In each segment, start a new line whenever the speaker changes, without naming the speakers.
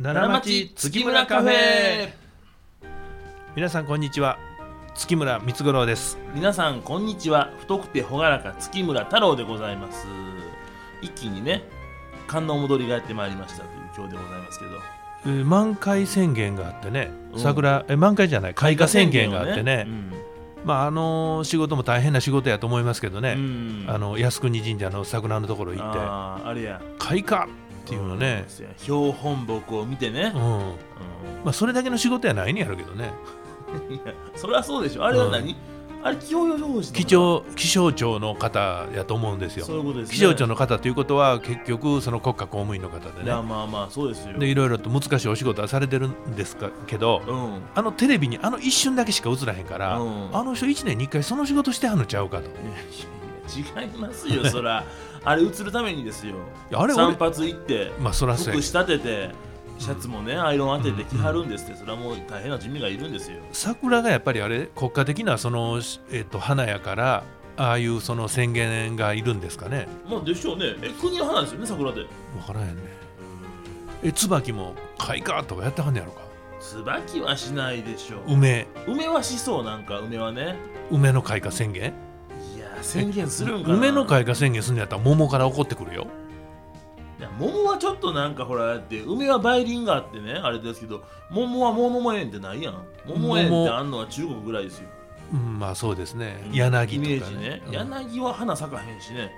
奈良町月村カフェ皆さんこんにちは月村光五郎です
皆さんこんにちは太くて朗らか月村太郎でございます一気にね観音戻りがやってまいりましたという今日でございますけど
えー満開宣言があってね桜、え満開じゃない開花宣言があってねまああのー仕事も大変な仕事やと思いますけど
う
ね、
ん、
あの靖国神社の桜のところ行って
あーあれや
開花っていうのね、
ん標本木を見てね
うん、まあそれだけの仕事やないんやろうけどね
うんいやそれはそうでしょあれは何、あれ気象予報士なの
気象気象庁の方やと思うんですよ
そういうことですね
気象庁の方ということは結局その国家公務員の方で
いや
ね
まあまあそうですよ
でいろいろと難しいお仕事はされてるんですかけど、
うん
あのテレビにあの一瞬だけしか映らへんから、
うん
あの人1年に1回その仕事してはんのちゃうかとい
いやいや違います よ、そら。あれ映るためにですよ。
やあれ
散
俺
髪行って、
まあそらそう
服
や
仕立てて、シャツもね、アイロン当てて着はるんですって、それはもう大変な地味がいるんですよ。
桜がやっぱりあれ国家的なその、しえっと花やからああいうその宣言がいるんですかね
まあでしょうね。え、国の花ですよね、桜で。
分からへんねえ椿も開花とかやってはんねやろか
椿はしないでしょう。
梅
梅はしそう、なんか梅はね。
梅の開花宣言
いや、宣言するんかな。
梅の開花宣言するんのやったら桃から怒ってくるよ
いや桃はちょっとなんかほらだって梅は梅林があってねあれですけど桃は桃園ってないやん桃園ってあんのは中国ぐらいですよ
うんまあそうですね柳
イメ
と
ー
か
ジ
ね
ね、
うん
柳は花咲かへんしね、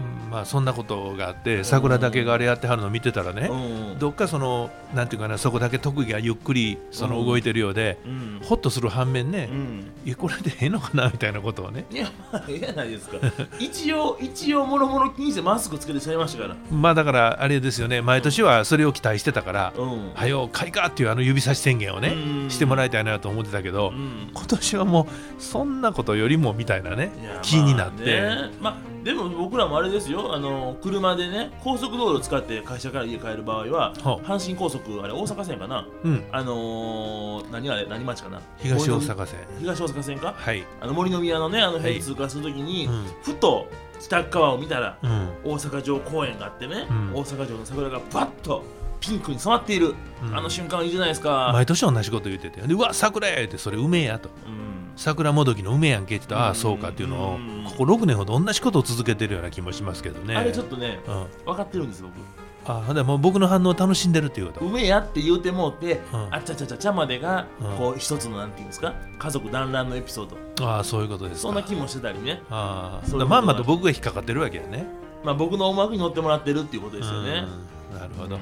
うんまあそんなことがあって桜だけがあれやってはるの見てたらね、
うん
どっかそのなんていうかなそこだけ特技がゆっくりその
うん
動いてるようで、
うん
ホッとする反面ね
う、ん
いやこれでええのかなみたいなことをね
いやまあええやないですか一応一応もろもろ気にしてマスクつけてしまいましたから
まあだからあれですよね毎年はそれを期待してたから
う
「
ん、
はよ開花!」っていうあの指差し宣言をね、
うん
してもらいたいなと思ってたけど、
うん
今年はもうそんなことよりもみたいなね
いや
気になって、
まあねまあでも僕らもあれですよあの車でね高速道路を使って会社から家帰る場合は
はあ
阪神高速あれ大阪線かな
うん、
あのー、何あれ何町かな
東大
森の
阪線
東大阪線か
はい、
あの森の宮のねあの
は
辺
い
通過するときに、
うん
ふと北側を見たら
うん
大阪城公園があってね、
うん
大阪城の桜がバッとピンクに染まっている、
うん
あの瞬間いいじゃないですか、
毎年同じこと言っててでうわ桜や!」って「それ梅や」と
うん
「桜もどきの梅やんけ」って言ったら「ああそうか」っていうのを
うん
ここ6年ほど同じことを続けてるような気もしますけどね
あれちょっとね
うん、
分かってるんです僕
あほんでもう僕の反応を楽しんでるっていうこと、
梅やって言うてもうて、
うん
あっちゃちゃちゃちゃまでが、
うん
こう一つのなんていうんですか家族団らんのエピソード
ああそういうことですか
そんな気もしてたりね、
ああ
そうい
だ
うこと
からまんまと僕が引っかかってるわけやね
まあ、僕の思惑に乗ってもらってるっていうことですよね、
うんなるほ
う
ど、
ん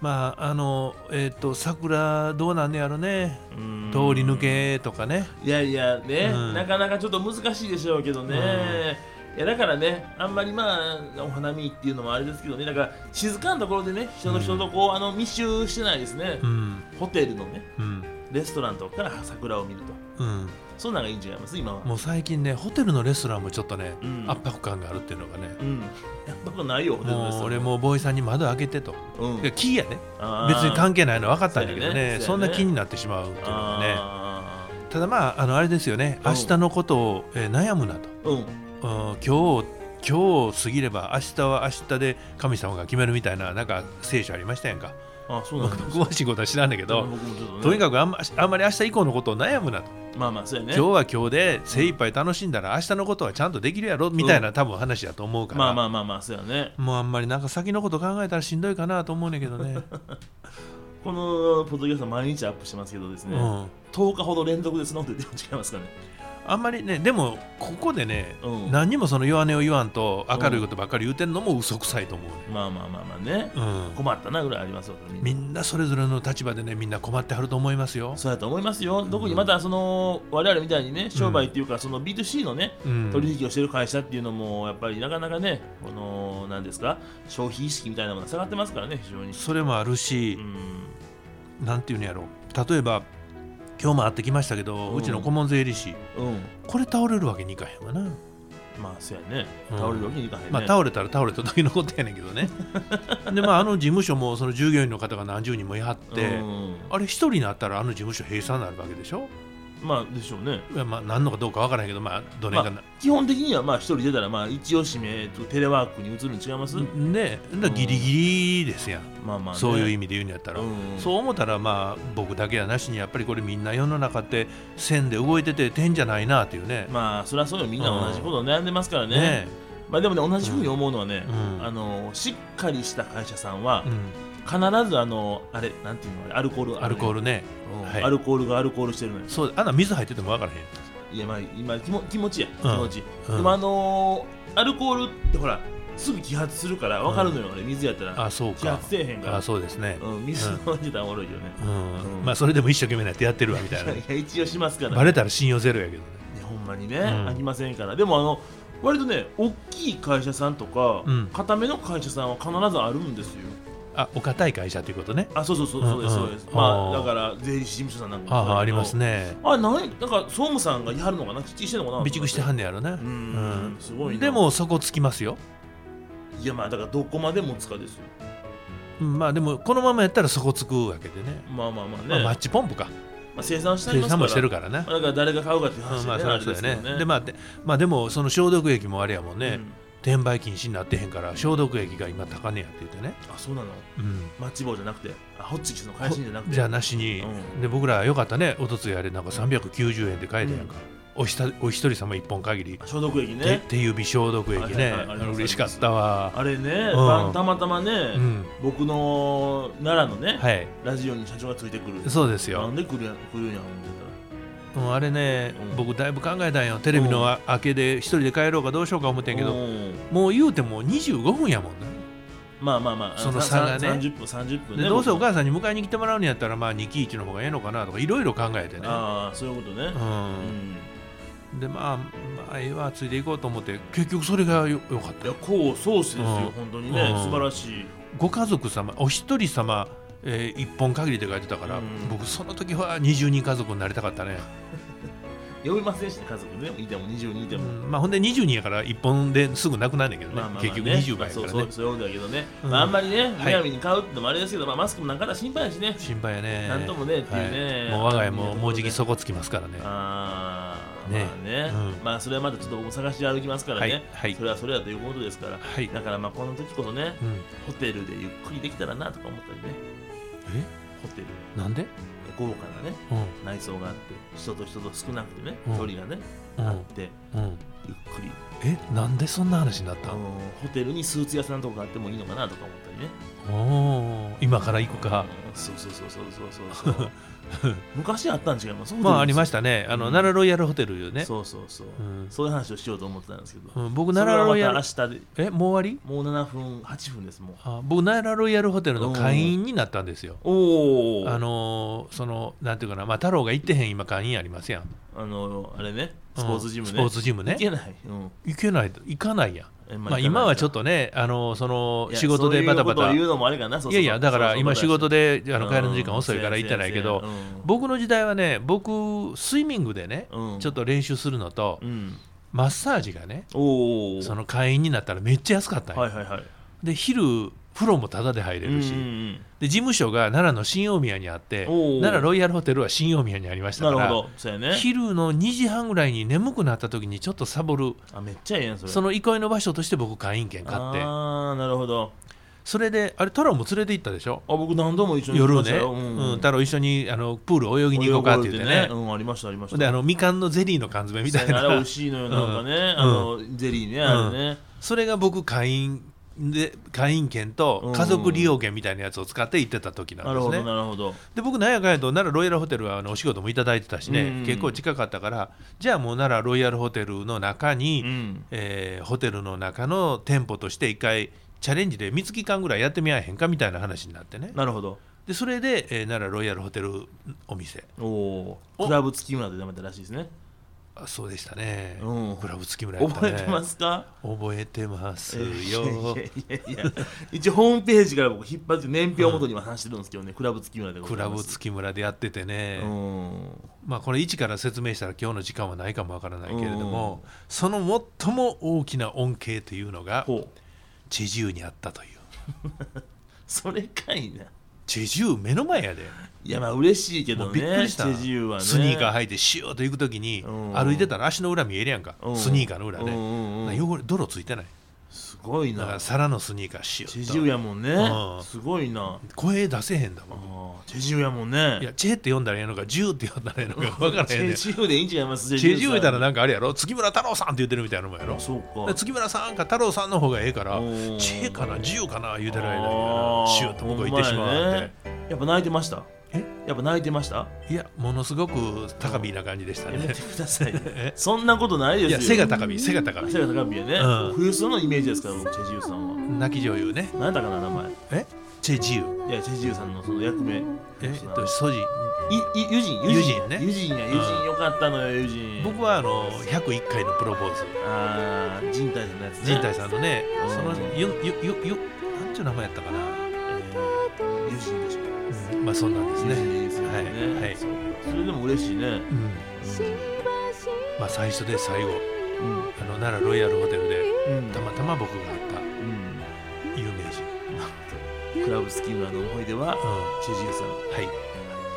まああのえっ、と桜どうなんねやろね
うん
通り抜けとかね、
いやいやね、
うん
なかなかちょっと難しいでしょうけどね、いやだからねあんまりまあお花見っていうのもあれですけどねだから静かなところでね人の人とこう、あの密集してないですね、
うん
ホテルのね
うん
レストランとかから桜を見る
う
と
ん、
そんなのがいいんじゃないます今は
もう最近ねホテルのレストランもちょっとね、
うん
圧迫感があるっていうのがね、
うんやったことないよホテルのレス
もう
トラ
俺
ン
もうボーイさんに窓開けてと、
うん
いやキーやね
あー
別に関係ないの分かったんだけど
そうや
ね
ね
そんな気になってしまうっていうのがね
あ
ただまああのあれですよね
うん
明日のことを、えー悩むなと、
ーうん
うん、今日今日過ぎれば明日は明日で神様が決めるみたいななんか聖書ありましたやん か
あそうなんだ
詳しいことは知らんだけど、
僕もちょっとね
とにかくあん,、まあんまり明日以降のことを悩むなと、
まあまあそうやね
今日は今日で精一杯楽しんだら明日のことはちゃんとできるやろみたいな、多分話だと思うから、
まあまあまあまあそうやね
もうあんまりなんか先のこと考えたらしんどいかなと思うねんだけどね、
このポッドキャスト毎日アップしてますけどで す
う
ね、
ん、
10日ほど連続でそんなこと言っても違いますかね。
あんまりねでもここでね、
うん
何にもその弱音を言わんと明るいことばっかり言うてんのも嘘くさいと思うね、
まあまあまあまあね。
うん
困ったなぐらいありますよ、みんな
みんなそれぞれの立場でねみんな困ってはると思いますよ、
そうだと思いますよ。特にまたその我々みたいにね、商売っていうか、その B2C のね、
うん、
取引をしてる会社っていうのも、やっぱりなかなかね、この、なんですか、消費意識みたいなものが下がってますからね、非常に。
それもあるし
う、ん。
なんていうんやろ例えば今日も会ってきましたけど、
う
うんちの顧問税理士
うん。
これ倒れるわけにいかへんわな、
まあ、そうやね。
うん
倒れるわけにいかへんね。
まあ倒れたら倒れた時のことやねんけど ねでまああの事務所もその従業員の方が何十人もいはって、
うん
あれ一人になったらあの事務所閉鎖になるわけでしょ
まあでしょうね
いやまあ何のかどうかわからへんけどまあどれかな、
基本的にはまあ一人出たらまあ一応指名とテレワークに移るに違います、
ねだからギリギリですやん、
まあまあ、ね、
そういう意
味
味で言うんやったら、
うん
そう思ったらまあ僕だけやなしにやっぱりこれみんな世の中って線で動いてて点じゃないなっていうね
まあそりゃそうよみんな同じこと悩んでますからね,、
ね
まあでもね同じふうに思うのはね、
うん
あのしっかりした会社さんは
うん
必ずあのあれなんていうのあれアルコール、
アルコールね
うん
はい
アルコールがアルコールしてるのよ
そうあんな水入っててもわからへ
いやまあ今気も気持ちや気
うん
持ち、
ん、う
で
ん
もあのーアルコールってほらすぐ揮発するから分かるのよ、俺水やったら
あそう
揮
か
発せえへんから
あそうですね
うん、水飲んでたらおもろいよね、
うん、
うん
まあそれでも一生懸命なってやってるわみたいなね
いや一応しますから
バレたら信用ゼロやけどね
いやほんまにね、
ん
ありませんからでもあの割とね大きい会社さんとか、
うん
固めの会社さんは必ずあるんですよ
あお堅い会社ということね
あそうそうそうそうです、
うんうん
そうです
あー
まあだから税理士事務所さんなんかも
あ
そうだけど
あありますね
あ何なんか総務さんがやるのかなきっちりしてんのかな
備蓄してはんねやろね
う、ん、すごいな
でもそこつきますよ
いやまあだからどこまで持つかですよ
うんまあでもこのままやったらそこつくわけでね
まあまあまあね、
まあ、マ
ま
ッチポンプか
あ、生産してあり
生
ます
産
か
も
ら
してるからね
まあだから誰が買うかっていう
う
話
んまあ
で
そり
ねあ
ゃ
れ
そう
で
や
すけ
ね
ど
でまあでまあでもその消毒液もあれやもんね、
うん
転売禁止になってへんから消毒液が今高値やって言ってね、
あそうなの
うん、
マッチ棒じゃなくてあホッチキスの返しじゃなくて
じゃあなしに、
うん
で僕らよかったねおとついあれなんか390円で買えたやんか、おひたお一人様一本限り、
消毒液
手
ね
手指消毒液ね、
はいはいあります
嬉しかったわ、
あれね、
うん
ばたまたまね、
うん、
僕の奈良のね、
はい
ラジオに社長がついてくる
そうですよ
なんで来るや来るんや思って
もうあれね、
うん
僕だいぶ考えたんよテレビのあ明けで一人で帰ろうかどうしようか思って
た
んけ
ら
ど、
うん
もう言うても25分やもんね
まあまあまあ
その差がね
さん30分30分
で
ね
どうせお
僕も
母さんに迎えに来てもらうんやったらまあ2期1の方がええのかなとかいろいろ考えてね
ああそういうことね
う
うん、
ん、でまあまあええわついていこうと思って結局それがよよかっ
い
た
や
よ
功を奏してですよ、
うん
本当にね、
うん
素晴らしい
ご家族様お一人様えー、1本限りで書いてたから、
うん
僕その時は20人家族になりたかったね、
呼びませんしね家族ねいても22いて
う
も、
んまあ、ほんで20人やから1本ですぐなくなんねんけどね、
まあまあまあね、
結局20倍やか
そう
ら
そ
ね
うそういうことだけどね、
うん
まあ、あんまりね
い
むやみに買うってのもあれですけど、まあ、マスクもなんかだ心配やしね
心配やね
なんともねっていう
は
ね
いもう我が家ももうじき底つきますからね
あー
ね
まあね、
う
まあそれはまだちょっと僕探して歩きますからね、
はいはい
それはそれだということですから
はい、
だからまあこの時こそね
うん、
ホテルでゆっくりできたらなとか思ったりねホテル
えなんで
豪華なね
う
内装があって人と人と少なくてね
うん
距離がね、
ん
あって
うんうん
ゆっくり
えなんでそんな話になった
あのホテルにスーツ屋さんとかあってもいいのかなとか思ったりね
おー今から行くか
うんそうそうそうそうそうそ うそう昔あったん違います
まあありま
し
したねあの
うん
奈良ロイヤルホテルいうね
そうそうそう、
うん
そういう話をしようと思ってたんですけど、
うん僕
それ
奈
は
良
ま
ロイヤル
た明日で
えもう終わり
もう7分8分ですもう
あ僕奈良ロイヤルホテルの会員になったんですよ
おお
あのーそのなんていうかなまあ太郎が行ってへん今会員ありますやん
あのあれねスポーツジムね、
うんスポーツジムね
行けない、うん
行けないと行かないやん
えま
まあ今はちょっ
と
とねあのその仕事でバタバ
そう
タ
いうことを言うのもあれかなそう
い
そ
や
う
いやだから今仕事
で
であの帰りの時間遅いから行ってないけど、僕の時代はね僕スイミングでね
うん
ちょっと練習するのと
うん、
マッサージがね
おお
その会員になったらめっちゃ安かったんよ
はいはいはい
で昼風呂もタダで入れるし、
うんうん
で事務所が奈良の新大宮にあって
おー
奈良ロイヤルホテルは新大宮にありまし
う
た
ん、
か
なる
ら
ほどそうやね
昼の2時半ぐらいに眠くなった時にちょっとサボる
あめっちゃええやんそれ
そ
の
の憩いの場所として僕会員券買って
ああなるほど
それであれ太郎も連れて行ったでしょ
あ僕何度も一緒に行き
夜
ました
ね、
よ
うん、太郎一緒にあのプール泳ぎに行こうかって言ってね
うん、ありましたありました
であのみかんのゼリーの缶詰みたい
あれ美
な
味しいのよなんかね、
ん
あのゼリーねあれね、
それが僕会員で会員券と家族利用券みたいなやつを使って行ってた時な
なんる
で
ほ
す
ど
ね
なるほど
で僕なんやかんやと奈良ロイヤルホテルはあのお仕事もいただいてたしね、
うん
結構近かったからじゃあもう奈良ロイヤルホテルの中に、
うん
えーホテルの中の店舗として一回チャレンジで3月間ぐらいやってみやへんかみたいな話になってね
なるほど
でそれで、えー奈良ロイヤルホテルお店
おお
お
クラブ月村でめたらしいですね
あそうでしたね、
うん
クラブ付き村やった
覚
ね
えてますか
覚えてますよ、
いやいやいやいや一応ホームページから僕引っ張って年表を元に今話してるんですけどね、クラブ月村でご
ク
ざいます
ラブ付き村でやっててね、
うん
まあこれ一から説明したら今日の時間はないかもわからないけれども、その最も大きな恩恵というのが
ほう
知事にあったという
それかいな
チェジュー目の前やで、
いやまあ嬉しいけど
も
ね
うびっくりした
チェジュはね
スニーカー履いてシューッと行く時に
うん
歩いてたら足の裏見えるやんか、
うん
スニーカーの裏で、
うんうんうん
な汚れ泥ついてない
すごい
だから
な
皿のスニーカーシュ
チェ
ー
ジ
ッ
ュ
と
やもんね、
うん
すごいな
声出せへんだもん
あーチェジュやもんね
いやチェって読んだらええのかジューって読んだらええのか分から
チ
へんね
ェ
ん
ジュでいいんちゃいます
チェジュ言うたら
な
なんかあれやろ月村太郎さんって言ってるみたいなもんやろだか
そうから
月村さんか太郎さんの方がええから
うん
チェかなジューかな言うてる間に
あー
シューッと僕は言ってしま
ほ
うん
ま
で、
やねやっぱ泣いてました
え
やっぱ泣いてました
いやものすごく高火な感じでした
やめ
ね
てくださいよ
え
そんなことないですよ
いや背が高火背が高
背
火
が高いよね、
うん
富裕層のイメージですから僕チェジュさんは
泣き女優ね
何だかな名前
えチェジュ
いやチェジュさんのその役名
えっとソジ
いいユジン
ユジンね
ユジンやユジンよかったのよユジン
僕はあの101回のプロポーズ
あー人体のやつね
陣太さんのね
うん
そのよよよよなんていう名前やったかな、
えーユジンでしょ
うんまあそんなんです
ユジ
ね、
ンですよね
はいはい
そうそれでも嬉しいね
うん、まあ最初で最後
うん
あの奈良ロイヤルホテルで
うん
たまたま僕が会った
うん
有名人、
クラブスキームの思い出は
うん、
チェジュさん
はい